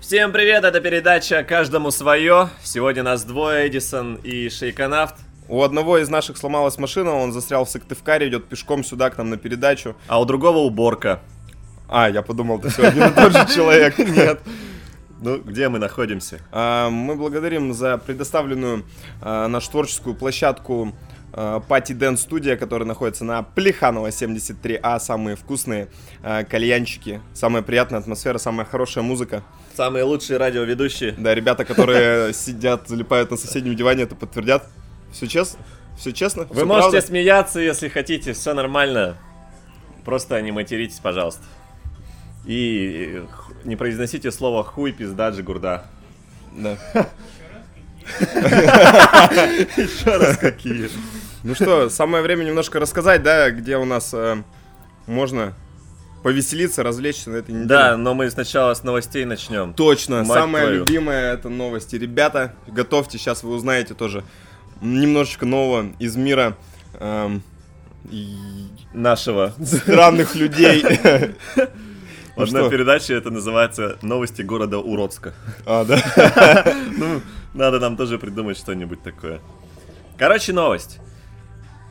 Всем привет, это передача «Каждому свое». Сегодня нас двое, Эдисон и Шейканафт. У одного из наших сломалась машина, он застрял в Сыктывкаре, идет пешком сюда к нам на передачу. А у другого уборка. А, я подумал, ты сегодня тот же человек. Нет. Ну, где мы находимся? А, Мы благодарим за предоставленную а, нашу творческую площадку а, Пати Дэн Студия, которая находится на Плеханова 73А. Самые вкусные а, кальянчики, самая приятная атмосфера, самая хорошая музыка. Самые лучшие радиоведущие. Да, ребята, которые сидят, залипают на соседнем диване, это подтвердят. Все честно? Все честно? Вы Всё можете правда? смеяться, если хотите, все нормально. Просто не материтесь, пожалуйста. И э, х- не произносите слово «хуй, пизда, джигурда». Да. Еще раз какие. Ну что, самое время немножко рассказать, да, где у нас э, можно повеселиться, развлечься на этой неделе. Да, но мы сначала с новостей начнем. Точно, Мать самое твою. любимое это новости. Ребята, готовьте, сейчас вы узнаете тоже немножечко нового из мира эм, и- Нашего. странных людей. Ну Одна что? передача, это называется «Новости города Уродска». А, да. Ну, надо нам тоже придумать что-нибудь такое. Короче, новость.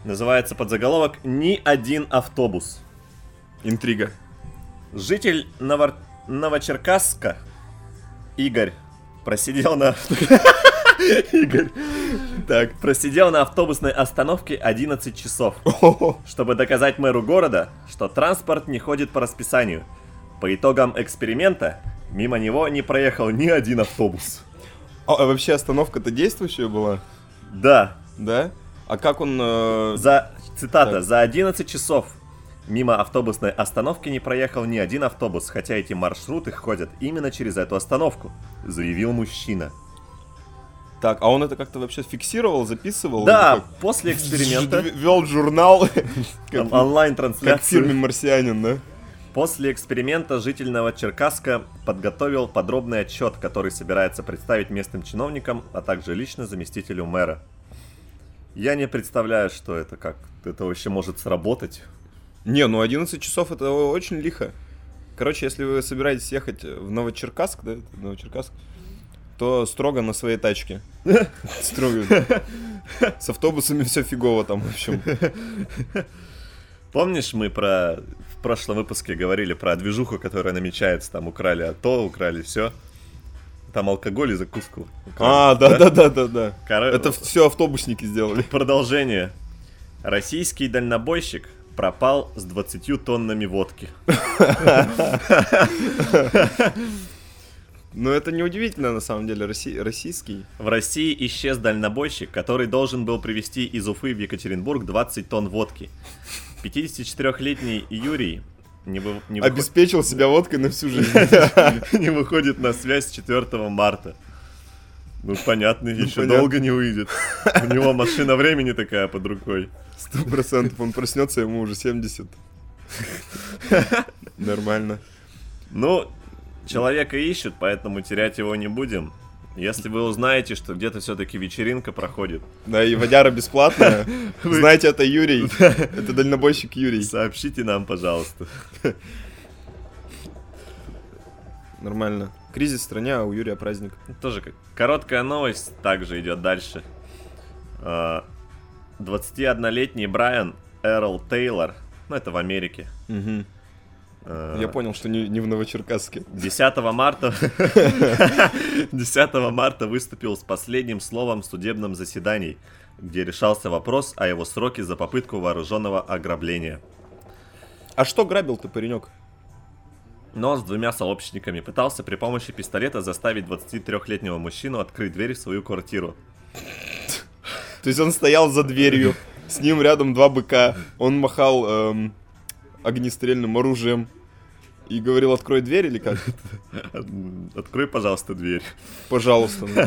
Называется подзаголовок «Ни один автобус». Интрига. Житель Новор- Новочеркасска Игорь просидел на... Игорь. Так, просидел на автобусной остановке 11 часов, А, чтобы доказать мэру города, что транспорт не ходит по расписанию. По итогам эксперимента мимо него не проехал ни один автобус. А а вообще остановка-то действующая была? Да, Да? А как он... э, За, цитата, Так. за 11 часов мимо автобусной остановки не проехал ни один автобус, хотя эти маршруты ходят именно через эту остановку, заявил мужчина. Так, а он это как-то вообще фиксировал, записывал? да, Или ну как? после эксперимента Вел журнал. как он- онлайн-трансляции. Как в фильме «Марсианин», да? После эксперимента жительного Черкасска подготовил подробный отчет, который собирается представить местным чиновникам, а также лично заместителю мэра. Я не представляю, что это как. Это вообще может сработать. Не, ну 11 часов это очень лихо. Короче, если вы собираетесь ехать в Новочеркасск, да, это Новочеркасск, то строго на своей тачке. Строго. С автобусами все фигово там, в общем. Помнишь, мы про в прошлом выпуске говорили про движуху, которая намечается, там украли а то, украли все. Там алкоголь и закуску. украли, А, да, да, да, да, да. Кор- Это все автобусники сделали. Продолжение. Российский дальнобойщик пропал с 20 тоннами водки. Но это не удивительно, на самом деле, Росси- российский. В России исчез дальнобойщик, который должен был привезти из Уфы в Екатеринбург 20 тонн водки. 54-летний Юрий не, вы- не, выход- Обеспечил себя водкой на всю жизнь. не выходит на связь 4 марта. Ну, понятно, еще понятно. долго не выйдет. У него машина времени такая под рукой. Сто процентов. Он проснется, ему уже 70. Нормально. Ну, человека ищут, поэтому терять его не будем. Если вы узнаете, что где-то все-таки вечеринка проходит, Да, и водяра бесплатная. Знаете, это Юрий. Это дальнобойщик Юрий. сообщите нам, пожалуйста. Нормально. Кризис в стране, а у Юрия праздник. Тоже как- короткая новость также идет дальше. А, 21-летний Брайан Эрл Тейлор, ну это в Америке. а, Я понял, что не, не в Новочеркасске. 10 марта 10 марта выступил с последним словом в судебном заседании, где решался вопрос о его сроке за попытку вооруженного ограбления. А что грабил-то паренек? Но он с двумя сообщниками пытался при помощи пистолета заставить 23-летнего мужчину открыть дверь в свою квартиру. То есть он стоял за дверью, с ним рядом два быка. Он махал эм, огнестрельным оружием и говорил, открой дверь или как? Открой, пожалуйста, дверь. Пожалуйста. ну.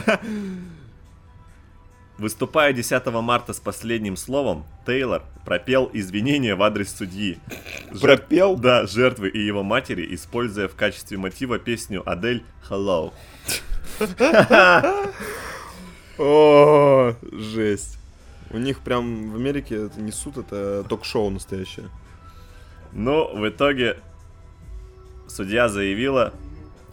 Выступая 10 марта с последним словом, Тейлор пропел извинения в адрес судьи. Жер- Пропел? Да, жертвы и его матери, используя в качестве мотива песню Адель «Hello». О, жесть. У них прям в Америке это несут, это ток-шоу настоящее. Ну, в итоге судья заявила,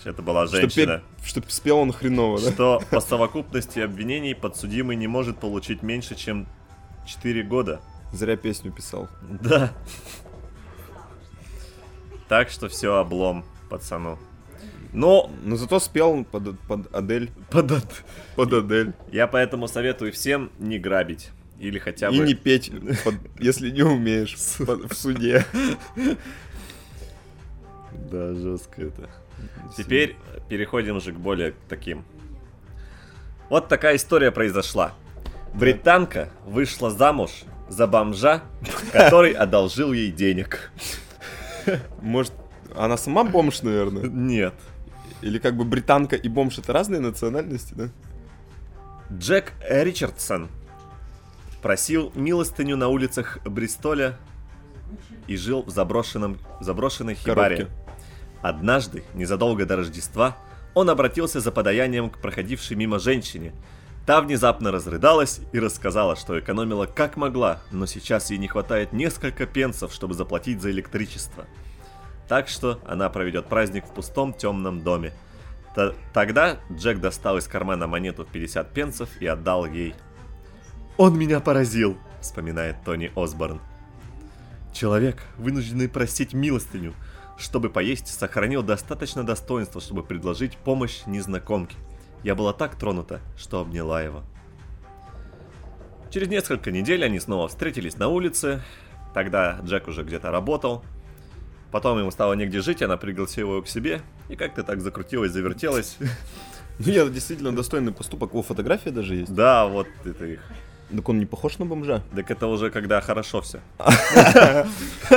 Это была Чтоб, пе- женщина. чтоб спел он хреново, да? Что по совокупности обвинений подсудимый не может получить меньше, чем 4 года. Зря песню писал. Да. Так что все облом, пацану. Но Но зато спел он под, под Адель. Под Адель. я поэтому советую всем не грабить. Или хотя бы... И не петь, под- если не умеешь, под- в суде. Да, жестко это. Теперь переходим же к более таким. Вот такая история произошла. Британка вышла замуж за бомжа, который одолжил ей денег. Может, она сама бомж, наверное? Нет. Или как бы британка и бомж это разные национальности, да? Джек Ричардсон просил милостыню на улицах Бристоля и жил в заброшенном, заброшенной хибаре. Коробке. Однажды, незадолго до Рождества, он обратился за подаянием к проходившей мимо женщине. Та внезапно разрыдалась и рассказала, что экономила как могла, но сейчас ей не хватает несколько пенсов, чтобы заплатить за электричество. Так что она проведет праздник в пустом темном доме. Т- Тогда Джек достал из кармана монету в 50 пенсов и отдал ей. «Он меня поразил», — вспоминает Тони Осборн. Человек, вынужденный просить милостыню, чтобы поесть, сохранил достаточно достоинства, чтобы предложить помощь незнакомке. Я была так тронута, что обняла его. Через несколько недель они снова встретились на улице. Тогда Джек уже где-то работал. Потом ему стало негде жить, она пригласила его к себе. И как-то так закрутилась, завертелась. Ну, я действительно достойный поступок. О, фотография даже есть. Да, вот это их. Так он не похож на бомжа? Так это уже когда хорошо все.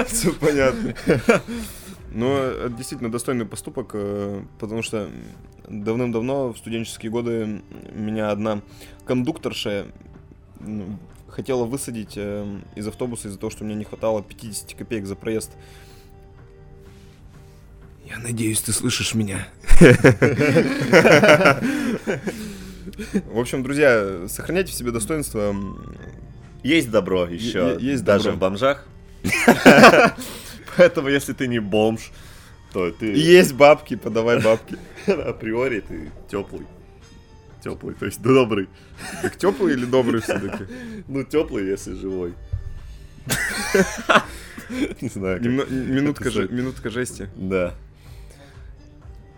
Все понятно. Но это действительно достойный поступок, э, потому что давным-давно, в студенческие годы, меня одна кондукторша ну, хотела высадить э, из автобуса из-за того, что мне не хватало 50 копеек за проезд. Я надеюсь, ты слышишь меня. В общем, друзья, сохраняйте в себе достоинство. м, Есть добро еще, е- есть даже добро. в бомжах. Поэтому, если ты не бомж, то И ты Есть бабки, подавай бабки. априори ты теплый. Теплый, то есть добрый. Так теплый или добрый все-таки? Ну, теплый, если живой. Не знаю. как. Немно- минутка, это же, за- минутка жести. Да.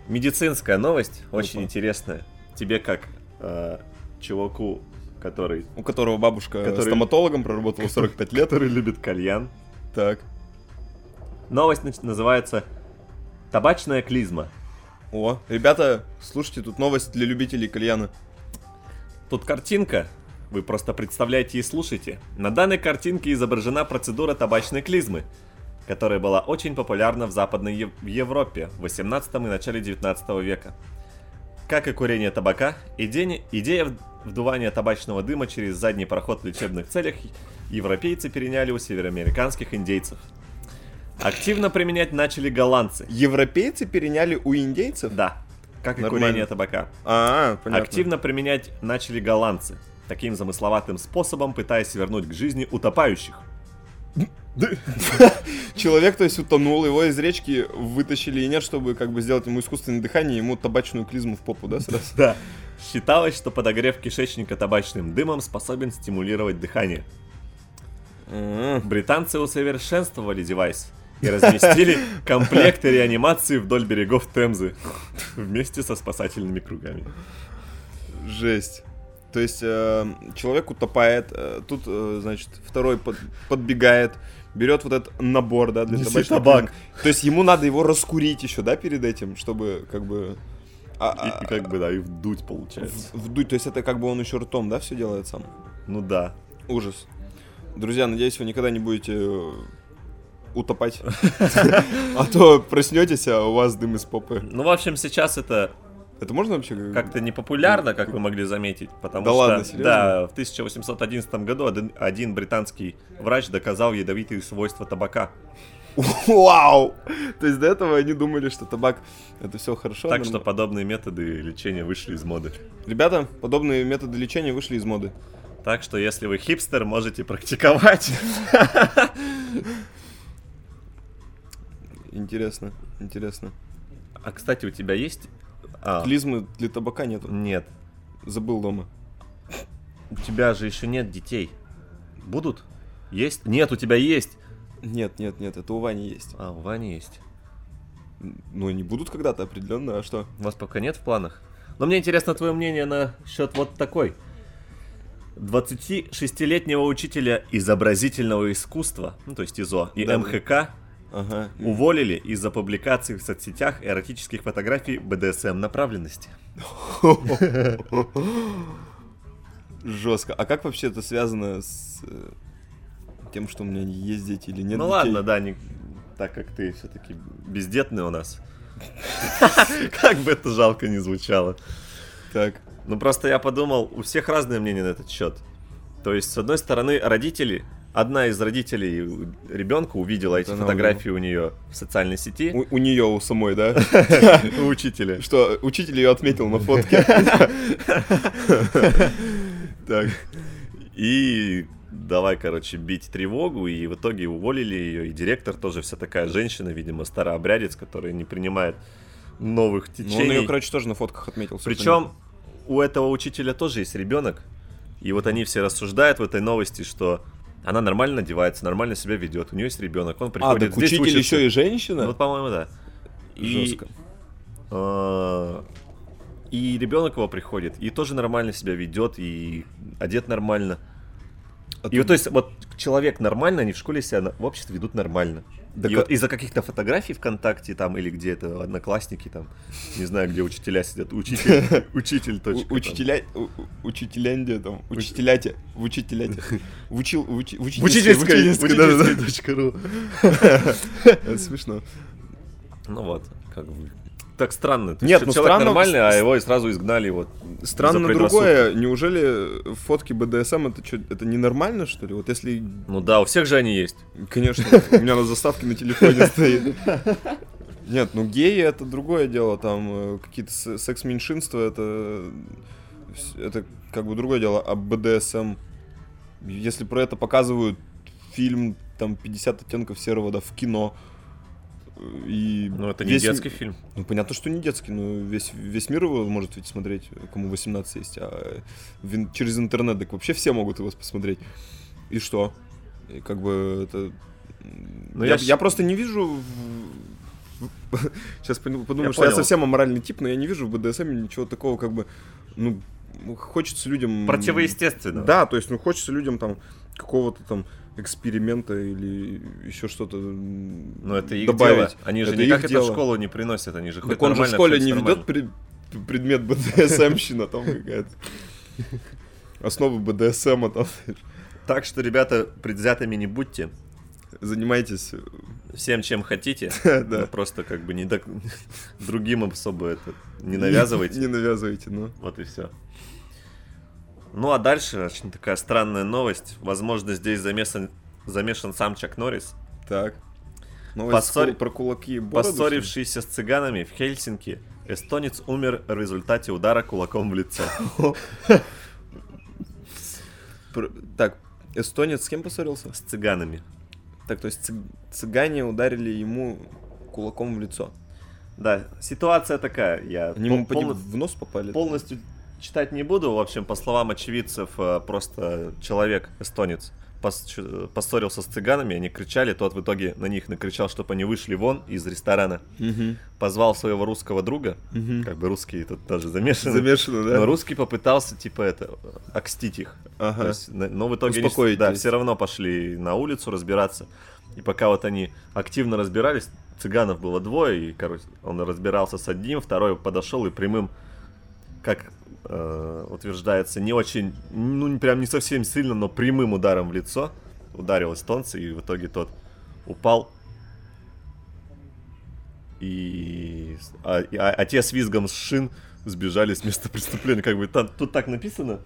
Медицинская новость, очень Опа. интересная. Тебе как э, чуваку, который У которого бабушка Который- стоматологом проработала 45 лет. который любит кальян, Так. Новость нач- называется «Табачная клизма». О, ребята, слушайте, тут новость для любителей кальяна. Тут картинка, вы просто представляете и слушайте. На данной картинке изображена процедура табачной клизмы, которая была очень популярна в Западной Ев- в Европе в 18 и начале 19 века. Как и курение табака, идея, идея вд- вдувания табачного дыма через задний проход в лечебных целях европейцы переняли у североамериканских индейцев. Активно применять начали голландцы. Европейцы переняли у индейцев? Да, как и Нормально. курение табака. А, понятно. Активно применять начали голландцы, таким замысловатым способом пытаясь вернуть к жизни утопающих. Человек, то есть, утонул, его из речки вытащили и нет, чтобы как бы сделать ему искусственное дыхание, ему табачную клизму в попу, да, сразу? Да. Считалось, что подогрев кишечника табачным дымом способен стимулировать дыхание. А, Британцы усовершенствовали девайс и разместили комплекты реанимации вдоль берегов Темзы вместе со спасательными кругами. Жесть. То есть э, человек утопает, э, тут, э, значит, второй под- подбегает, берет вот этот набор, да, для Неси табачной табак. клизмы. То есть ему надо его раскурить еще, да, перед этим, чтобы как бы а- И, и как бы, да, и вдуть получается. в- вдуть. То есть это как бы он еще ртом, да, все делает сам. Ну да. Ужас. Друзья, надеюсь, вы никогда не будете э, утопать. А то проснетесь, а у вас дым из попы. Ну, в общем, сейчас это Это можно вообще? как-то непопулярно, как вы могли заметить, потому Да что ладно, серьезно? да, в 1811 году один, один британский врач доказал ядовитые свойства табака. Вау! То есть до этого они думали, что табак это все хорошо. а так норм- что подобные методы лечения вышли из моды. Ребята, подобные методы лечения вышли из моды. Так что если вы хипстер, можете практиковать. А, Интересно, интересно. А кстати, у тебя есть А, Клизмы для табака нету. Нет. Забыл дома. У тебя же еще нет детей. Будут? Есть? Нет, у тебя есть. Нет, нет, нет, это у Вани есть. А, у Вани есть. Ну, они будут когда-то определенно, а что? У вас пока нет в планах? Но мне интересно твое мнение на счет вот такой. 26-летнего учителя изобразительного искусства, ну то есть ИЗО, и Да. МХК Ага. уволили из-за публикации в соцсетях эротических фотографий БДСМ направленности. Жестко. А как вообще это связано с э, тем, что у меня есть дети или нет ну детей? ладно, да, не... так как ты все-таки бездетный у нас. Как бы это жалко не звучало. Так. Ну просто я подумал, у всех разное мнение на этот счет. То есть, с одной стороны, родители, одна из родителей ребенка увидела эти она фотографии у нее в социальной сети, У, нее, у самой, да? у учителя. Что, учитель ее отметил на фотке. Ну, Так. И давай, короче, бить тревогу, и в итоге уволили ее, и директор тоже вся такая женщина, видимо, старообрядец, которая не принимает новых Ну, он ее, течений. короче, тоже на фотках отметил. всё Причем у этого учителя тоже есть ребенок, и вот они все рассуждают в этой новости, что она нормально одевается, нормально себя ведет, у нее есть ребенок, он понятно. А, приходит так учитель еще и Ну, женщина? вот, по-моему, да. И, Жестко. э, и ребенок его приходит, и тоже нормально себя ведет, и одет нормально. А И вот, тут- то есть, вот человек нормально, они в школе себя на- в обществе ведут нормально. Да и ка- вот из-за каких-то фотографий ВКонтакте там или где-то одноклассники там, не знаю, где учителя сидят, учитель, учитель У- точка. там. Учителя... у- у- Учителянде там. Учителяте. В учителяте. В учил... В учи- в В учительской. учительской, в да-да-да, учительской. точка ру. Это Смешно. Ну вот, как бы. Так странно. То есть Нет, ну человек странно- нормальный, а его и сразу изгнали вот. Странно за другое. Неужели фотки БДСМ это что, это ненормально, что ли? Вот если, Ну да, у всех же они есть. конечно, у меня на заставке на телефоне стоит. Нет, ну геи это другое дело, там э, какие-то се- секс-меньшинства, это, вс- это как бы другое дело, а БДСМ, если про это показывают фильм, там, 50 оттенков серого, да, в кино, э, и Ну это не весь м- детский фильм. ну, понятно, что не детский, но весь, весь мир его может ведь смотреть, кому 18 есть, а в ин- через интернет так вообще все могут его посмотреть. И что? И как бы это... Ну, я, я щ- я просто не вижу... Сейчас подумаю, Я что я понял. совсем аморальный тип, но я не вижу в БДСМ ничего такого, как бы... Ну, хочется людям... Противоестественно. Да, то есть, ну, хочется людям там какого-то там эксперимента или еще что-то Но это их добавить. дело. Они же Это никак их это дело. в школу не приносят, они же ходят Так он же в нормально, школе всё не нормально. ведет пред- предмет БДСМщина там какая-то. Основы БДСМа там. Так что, ребята, предвзятыми не будьте. Занимайтесь. Всем, чем хотите. Да. но просто как бы не так- другим особо это не навязывайте. Не навязывайте, ну. Вот и все. Ну а дальше очень такая странная новость. Возможно, здесь замешан, замешан сам Чак Норрис. Так. Новость Поссори- кул- про кулаки и бороду, Поссорившийся с цыганами в Хельсинки, эстонец умер в результате удара кулаком в лицо. что ли? Пр- Так, эстонец с кем поссорился? С цыганами. Так, то есть цы- цыгане ударили ему кулаком в лицо. Да, ситуация такая. Я Они пол- ему поди- полно- в нос попали. полностью читать не буду. В общем, по словам очевидцев, э, просто человек, эстонец, пос- ч- поссорился с цыганами, они кричали, тот в итоге на них накричал, чтобы они вышли вон из ресторана. Мгм. Позвал своего русского друга, Мгм. как бы русские тут тоже замешаны. Замешано, Но да? русский попытался, типа, это, окстить их. Ага. То есть, на- но в итоге они Успокоить, то да, есть. все равно пошли на улицу разбираться. И пока вот они активно разбирались, цыганов было двое, и, короче, он разбирался с одним, второй подошел и прямым, как э, утверждается, не очень, ну, не- прям не совсем сильно, но прямым ударом в лицо ударил эстонца, и в итоге тот упал. И, с- а, и- а- а те с визгом с шин сбежали с места преступления. Как бы там, тут так написано.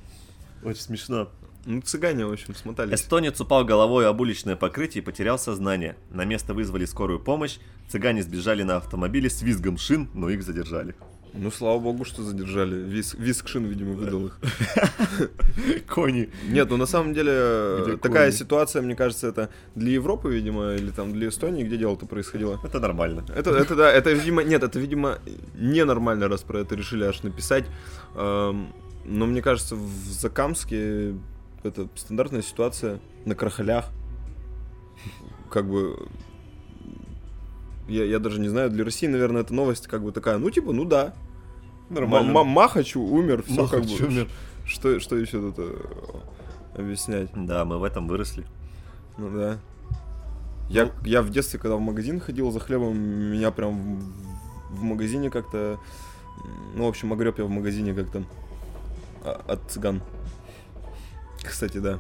Очень смешно. Ну, цыгане, в общем, смотались. Эстонец упал головой об уличное покрытие и потерял сознание. На место вызвали скорую помощь. Цыгане сбежали на автомобиле с визгом шин, но их задержали. Ну, слава богу, что задержали. Вис- Вискшин, видимо, выдал их. Кони. Нет, ну на самом деле Где э, такая кони? ситуация, мне кажется, это для Европы, видимо, или там для Эстонии, где дело-то происходило. Это нормально. Это, это да, это, видимо, нет, это, видимо, ненормально, раз про это решили аж написать. Эм, но мне кажется, в Закамске это стандартная ситуация на крахалях. Как бы... Я, я даже не знаю, для России, наверное, эта новость как бы такая, ну типа, ну да. М- м- Махачу умер, все как бы. Махач Ну, умер. Что, что еще тут э, объяснять? Да, мы в этом выросли. Ну да. Я, я в детстве, когда в магазин ходил за хлебом, меня прям в, в магазине как-то... м, Ну, в общем, огреб я в магазине как-то а- от цыган. Кстати, да.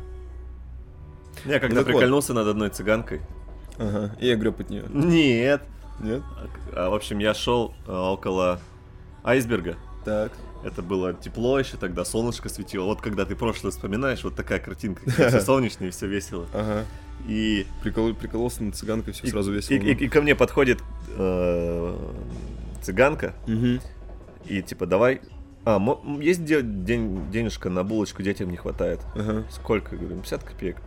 Я когда Так вот. прикольнулся над одной цыганкой. Ага. И я греб от нее. Нет. Нет? А, В общем, я шел а, около айсберга. Так. Это было тепло еще тогда, солнышко светило. Вот когда ты прошлое вспоминаешь, вот такая картинка. Все солнечное, все весело. Ага. И, Прикол, прикололся на цыганкой, все и- сразу и- весело. и- и ко мне подходит э, цыганка Мгм. и типа давай... А, мо- м, есть де- ден- денежка на булочку, детям не хватает. Ага. Сколько? Говорю, 50 копеек.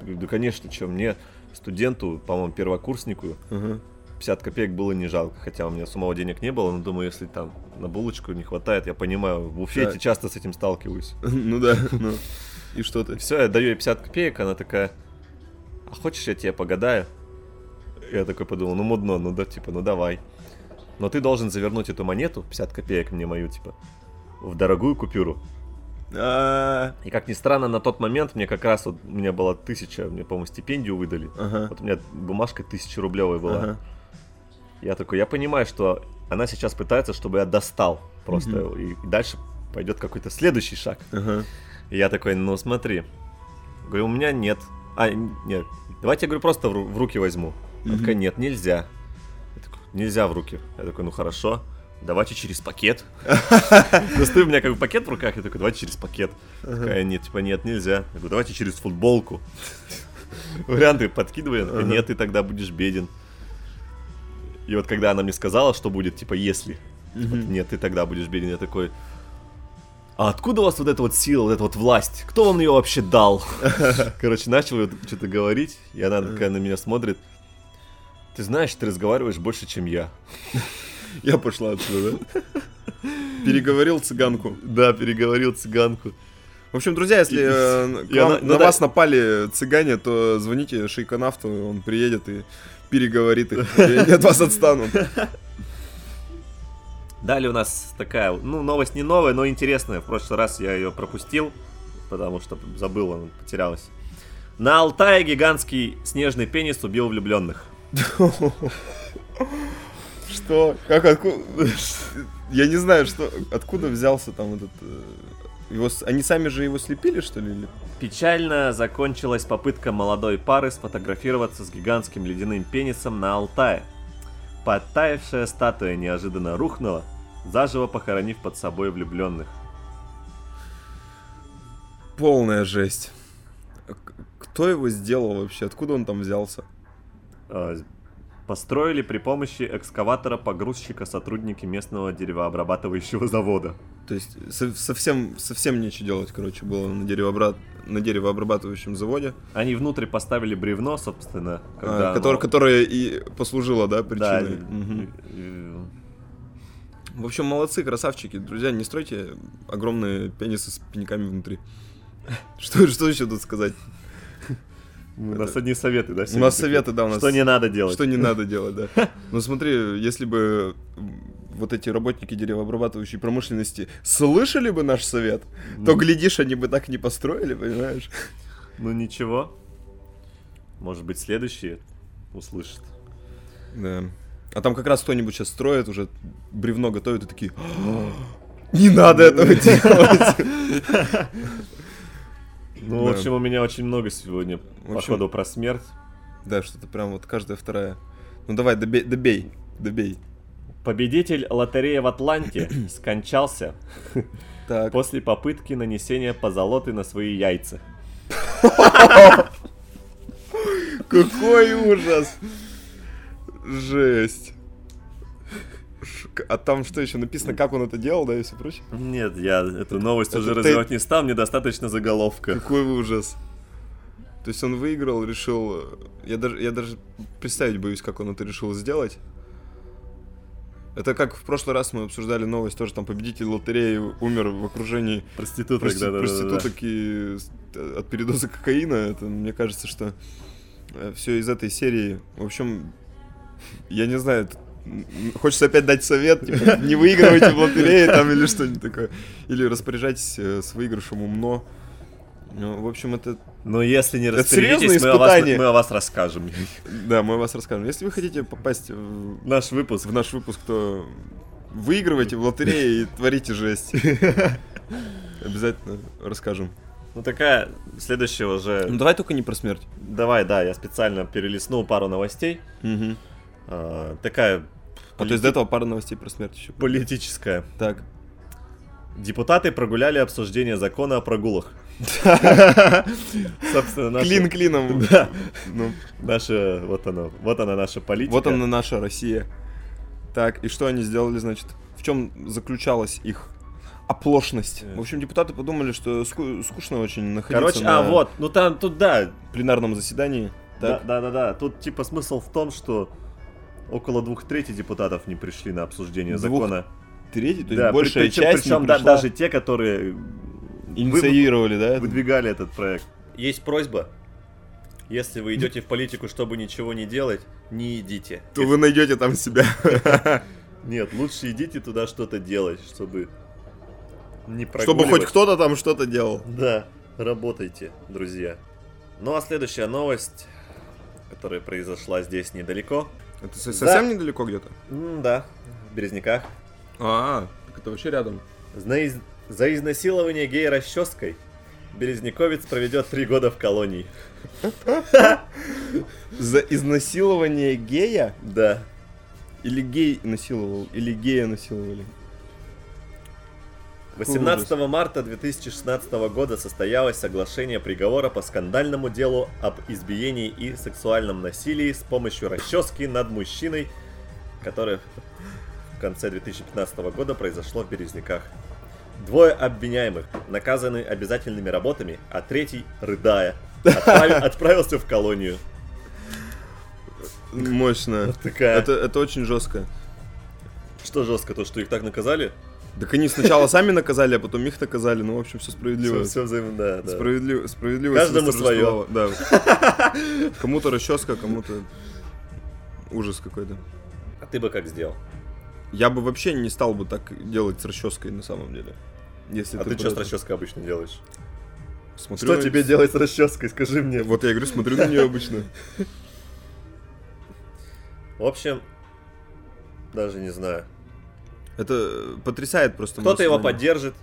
Я говорю, да конечно, чем мне, студенту, по-моему, первокурснику, Ага. 50 копеек было не жалко, хотя у меня самого денег не было, но думаю, если там на булочку не хватает, я понимаю, в буфете Так. часто с этим сталкиваюсь. Ну да, ну. И что ты? Все, я даю ей 50 копеек, она такая, а хочешь я тебе погадаю? Я такой подумал, ну мудно, ну да, типа, ну давай. Но ты должен завернуть эту монету, 50 копеек мне мою, типа, в дорогую купюру. А, И как ни странно, на тот момент мне как раз, вот, у меня была тысяча, мне, по-моему, стипендию выдали. Ага. Вот у меня бумажка тысячерублевая была. Ага. Я такой, я понимаю, что она сейчас пытается, чтобы я достал просто. И дальше пойдет какой-то следующий шаг. Ага. И я такой, ну смотри. Говорю, у меня нет. А, нет. Давайте, я говорю, просто в, ру- в руки возьму. Она Мгм. такая, нет, нельзя. Я такой, нельзя в руки. Я такой, ну хорошо. Давайте через пакет. Ну, стой, у меня как бы пакет в руках. Я такой, давайте через пакет. Такая, нет, типа, нет, нельзя. Я говорю, давайте через футболку. Варианты подкидывай. Она такая, Ага. Нет, ты тогда будешь беден. И вот когда она мне сказала, что будет, типа, если, вот, Мгм. нет, ты тогда будешь беден, я такой, а откуда у вас вот эта вот сила, вот эта вот власть? Кто вам ее вообще дал? Короче, начал я что-то говорить, и она такая на меня смотрит. Ты знаешь, ты разговариваешь больше, чем я. Я пошла отсюда, да? Переговорил цыганку. Да, переговорил цыганку. В общем, друзья, если И- э, и к вам- она- ну на да. вас напали цыгане, то звоните шейконавту, он приедет и переговорит их, и они от вас отстанут. Далее у нас такая, ну, новость не новая, но интересная. В прошлый раз я ее пропустил, потому что забыл, она потерялась. На Алтае гигантский снежный пенис убил влюбленных. Что? Как откуда? Я не знаю, что... Откуда взялся там этот... э, Его... с- Они сами же его слепили, что ли? или- Печально закончилась попытка молодой пары сфотографироваться с гигантским ледяным пенисом на Алтае. Подтаявшая статуя неожиданно рухнула, заживо похоронив под собой влюбленных. Полная жесть. К- Кто его сделал вообще? Откуда он там взялся? А, Построили при помощи экскаватора-погрузчика сотрудники местного деревообрабатывающего завода. То есть со- совсем, совсем нечего делать, короче, было на, деревообрат... на деревообрабатывающем заводе. Они внутрь поставили бревно, собственно, когда А, котор- оно- которая и послужила, да, Да, причиной. Мгм. э, В общем, молодцы, красавчики. Друзья, не стройте огромные пенисы с пеньками внутри. Что, что еще тут сказать? У нас одни советы, да? У сегодня нас такие? советы, да, у нас. Что не надо делать? Что не надо делать, да. Ну смотри, если бы м, вот эти работники деревообрабатывающей промышленности слышали бы наш совет, то, глядишь, они бы так не построили, понимаешь? Ну ничего. Может быть, следующие услышат. Да. А там как раз кто-нибудь сейчас строит, уже бревно готовит и такие... «А, Не надо этого делать! Ну, Да. в общем, у меня очень много сегодня, общем- походу, про смерть. Да, что-то прям вот каждая вторая. Ну давай, добей, добей, добей. Победитель лотереи в Атланте скончался Так. после попытки нанесения позолоты на свои яйца. Какой ужас! Жесть. Ш- А там что еще написано, как он это делал, да, и все прочее? Нет, я эту новость Это уже ты- развивать не стал, мне достаточно заголовка. Какой ужас. То есть он выиграл, решил... э, Я даже, я даже представить боюсь, как он это решил сделать. Это как в прошлый раз мы обсуждали новость, тоже там победитель лотереи умер в окружении Проституток, прости- да-да-да-да. проституток и с- э, от передоза кокаина. Это, мне кажется, что все из этой серии. В общем, я не знаю, это- м, хочется опять дать совет, типа, не выигрывайте в лотерее там или что-нибудь такое. Или распоряжайтесь э, с выигрышем умно. Ну, в общем, это... Ну, если не Это распорядитесь, мы серьезное о, вас, испытание. мы о вас расскажем. Да, мы вас расскажем. Если вы хотите попасть в, Наш выпуск. в наш выпуск, то выигрывайте в лотерее и творите жесть. Обязательно расскажем. Ну, такая, следующая уже... Ну, давай только не про смерть. Давай, да, я специально перелистнул пару новостей. Мгм. А, такая А то есть до этого пара новостей про смерть еще. политическая. Так. Депутаты прогуляли обсуждение закона о прогулах. Собственно, наша- Клин клином. Да. Ну, Наша, вот она, вот она наша политика. вот она наша Россия. Так, и что они сделали, значит? В чем заключалась их оплошность? В общем, депутаты подумали, что ску- скучно очень находиться Короче, на а вот, ну там, тут да, пленарном заседании. да, Так, да, да, да, тут типа смысл в том, что около двух трети депутатов не пришли на обсудение Двух- закона. третий, то есть Да, большая причем, часть не причем да- пришла. даже те, которые вы- инициировали, да? это? выдвигали этот проект. Есть просьба. Если вы идете в политику, чтобы ничего не делать, не идите. То вы найдете там себя. Нет, лучше идите туда что-то делать, чтобы не Чтобы хоть прогуливать. кто-то там что-то делал. Да, работайте, друзья. Ну а следующая новость, которая произошла здесь недалеко. Это со- Да. совсем недалеко где-то? М, да, в Березняках. А, так это вообще рядом. За, из- за изнасилование гея расческой Березняковец проведет три года в колонии. За изнасилование гея? Да. Или гей насиловал, или гея насиловали. 18 марта 2016 года состоялось соглашение приговора по скандальному делу об избиении и сексуальном насилии с помощью расчески над мужчиной, которое в конце 2015 года произошло в Березняках. Двое обвиняемых наказаны обязательными работами, а третий, рыдая, отправи- отправился в колонию. Мощно. Вот такая. Это, это очень жестко. Что жестко, то, что их так наказали? Так они сначала сами наказали, а потом их наказали. Ну, в общем, все справедливо. Все, взаимно, да, да. Справедливо, справедливо. Каждому своё. Да. Кому-то расческа, кому-то ужас какой-то. А ты бы как сделал? Я бы вообще не стал бы так делать с расческой на самом деле. Если а ты про что с это расческой обычно делаешь? смотрю Что на- тебе делать с расческой, скажи мне? Вот я говорю, смотрю на нее обычно. В общем, даже не знаю. Это потрясает просто. Кто-то его поддерживает.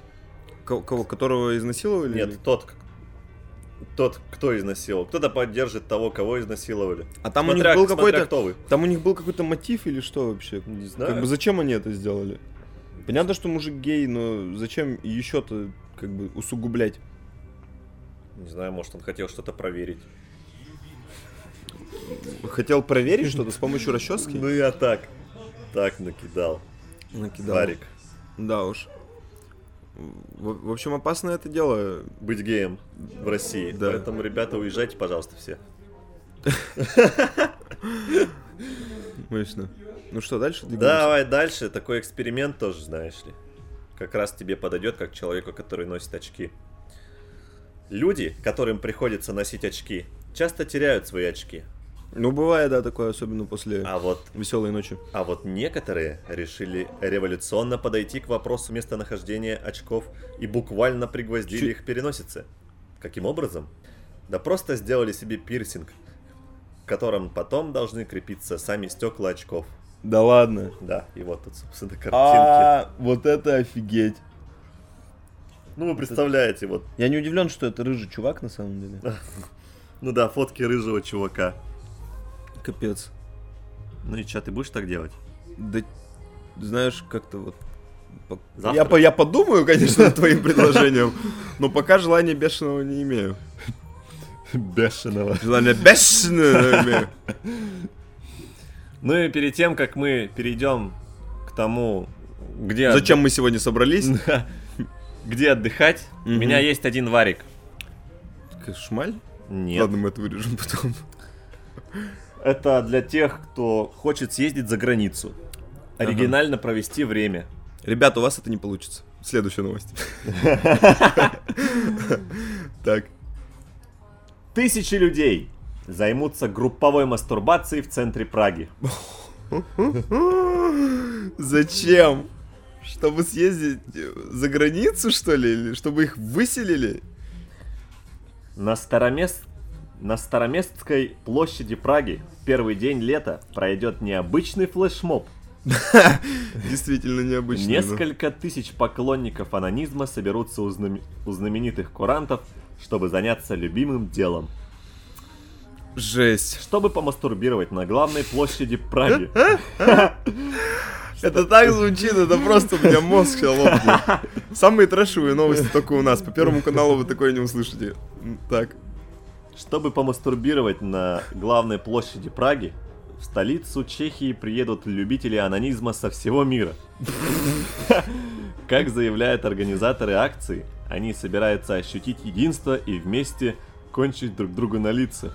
поддержит. Кого, которого изнасиловали? или- Нет, тот, к- тот, кто изнасиловал. Кто-то поддержит того, кого изнасиловали. А там Смотря- у них был смотря какой-то... кто вы. Там у них был какой-то мотив или что вообще? Не Как знаю. бы зачем они это сделали? Понятно, что мужик гей, но зачем еще-то как бы усугублять? Не знаю, может, он хотел что-то проверить. Хотел проверить что-то с помощью расчески? Ну я так. Так накидал. Накидал. Варик. Да уж. В, в общем, опасно это дело. Быть геем в России. Да. Поэтому, ребята, уезжайте, пожалуйста, все. Мощно. Ну что, дальше? двигаемся? Давай дальше. Такой эксперимент тоже, знаешь ли. Как раз тебе подойдет, как человеку, который носит очки. Люди, которым приходится носить очки, часто теряют свои очки. Ну, бывает, да, такое, особенно после А вот, веселой ночи. а вот некоторые решили революционно подойти к вопросу местонахождения очков и буквально пригвоздили Чё- их к переносице. Каким образом? Да просто сделали себе пирсинг, к которым потом должны крепиться сами стекла очков. Да ладно. Да, и вот тут, собственно, картинки. А, вот это офигеть. Ну, вы представляете, вот, Я не удивлен, что это рыжий чувак на самом деле. ну да, фотки рыжего чувака. Капец. Ну и чё, ты будешь так делать? Да, знаешь, как-то вот... по- Завтра. Я, по- я подумаю, конечно, над твоим предложением, но пока желания бешеного не имею. Бешеного. Желание бешеное. Ну и перед тем, как мы перейдем к тому, где... Зачем мы сегодня собрались? Да. Где отдыхать? У Мгм. меня есть один варик. Шмаль? Нет. Ладно, мы это вырежем потом. Это для тех, кто хочет съездить за границу. Ага. Оригинально провести время. Ребята, у вас это не получится. Следующая новость. Так. Тысячи людей займутся групповой мастурбацией в центре Праги. Зачем? Чтобы съездить за границу, что ли? Или чтобы их выселили? На, Старомест... На Староместской площади Праги в первый день лета пройдет необычный флешмоб. Действительно необычно. да. Несколько тысяч поклонников анонизма соберутся у, знам- у знаменитых курантов, чтобы заняться любимым делом. Жесть. Чтобы помастурбировать на главной площади Праги. Это так звучит, это просто у меня мозг сейчас лопнет. Самые трэшевые новости только у нас. По Первому каналу вы такое не услышите. М, Так. Чтобы помастурбировать на главной площади Праги, в столицу Чехии приедут любители анонизма со всего мира. Как заявляют организаторы акции, они собираются ощутить единство и вместе кончить друг другу на лица.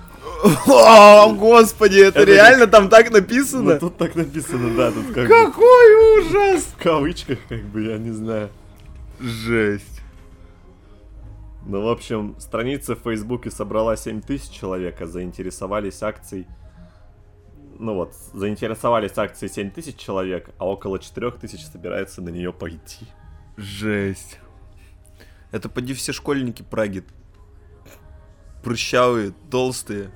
О, господи, это Это не- реально там так Ну, написано? тут так написано, да, тут как бы Какой ужас! в кавычках, как бы, я не знаю. Жесть. Ну, в общем, страница в Фейсбуке собрала 7 тысяч человек, а заинтересовались акцией... Ну вот, заинтересовались акцией 7 тысяч человек, а около 4 тысяч собираются на нее пойти. Жесть. Это поди все школьники Праги. Прыщавые, толстые.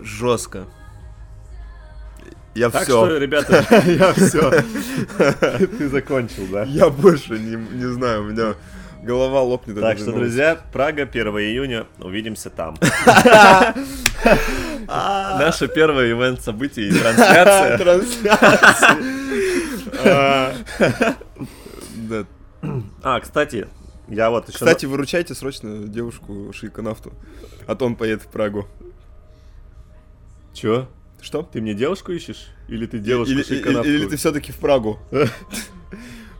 Жестко. Я Так все. что, ребята, я все. Ты закончил, да? Я больше не, не знаю, у меня голова лопнет. от Так этой что, новости. друзья, Прага, 1 июня, увидимся там. Наше первое ивент событие и трансляция. А, Трансляция. Да. А, кстати, я вот еще... Кстати, выручайте срочно девушку Шейконавту, а то он поедет в Прагу. Чё? Что? Ты мне девушку ищешь? Или ты девушку Или, и- шиканавтку? или ты все-таки в Прагу?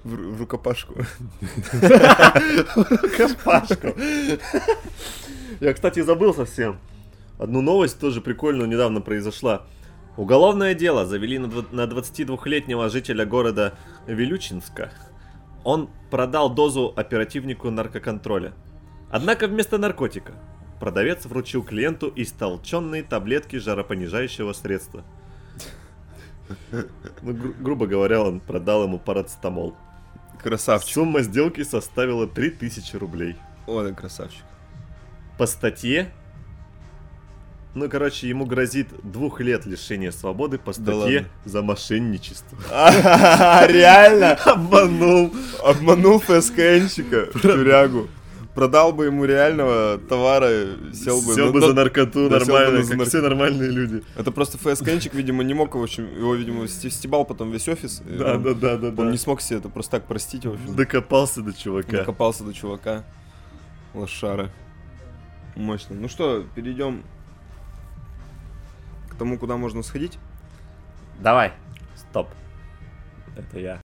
В, ру- в рукопашку. Пашку. Я, кстати, забыл совсем. Одну новость тоже прикольную недавно произошла. Уголовное дело завели на дв- на 22-летнего жителя города Вилючинска. Он продал дозу оперативнику наркоконтроля. Однако вместо наркотика продавец вручил клиенту истолченные таблетки жаропонижающего средства. Ну, гру- грубо говоря, он продал ему парацетамол. Красавчик. Сумма сделки составила 3000 рублей. Он и красавчик. по статье. Ну, короче, ему грозит двух лет лишения свободы по статье ладно. за мошенничество. Реально? Обманул. Обманул ФСКНщика, тюрягу. Продал бы ему реального товара, сел бы. Сел Ну, бы тот- за наркоту да, сел бы нормально, на за как нарк- все нормальные люди. Это просто ФСКНчик, видимо, не мог, в общем, его, видимо, сте- стебал потом весь офис. и Да, он- да, да, да, да. Он не смог себе это просто так простить, в общем. Докопался до чувака. Докопался до чувака. Лошара. Мощно. Ну что, перейдем к тому, куда можно сходить. Давай. Стоп. Это я.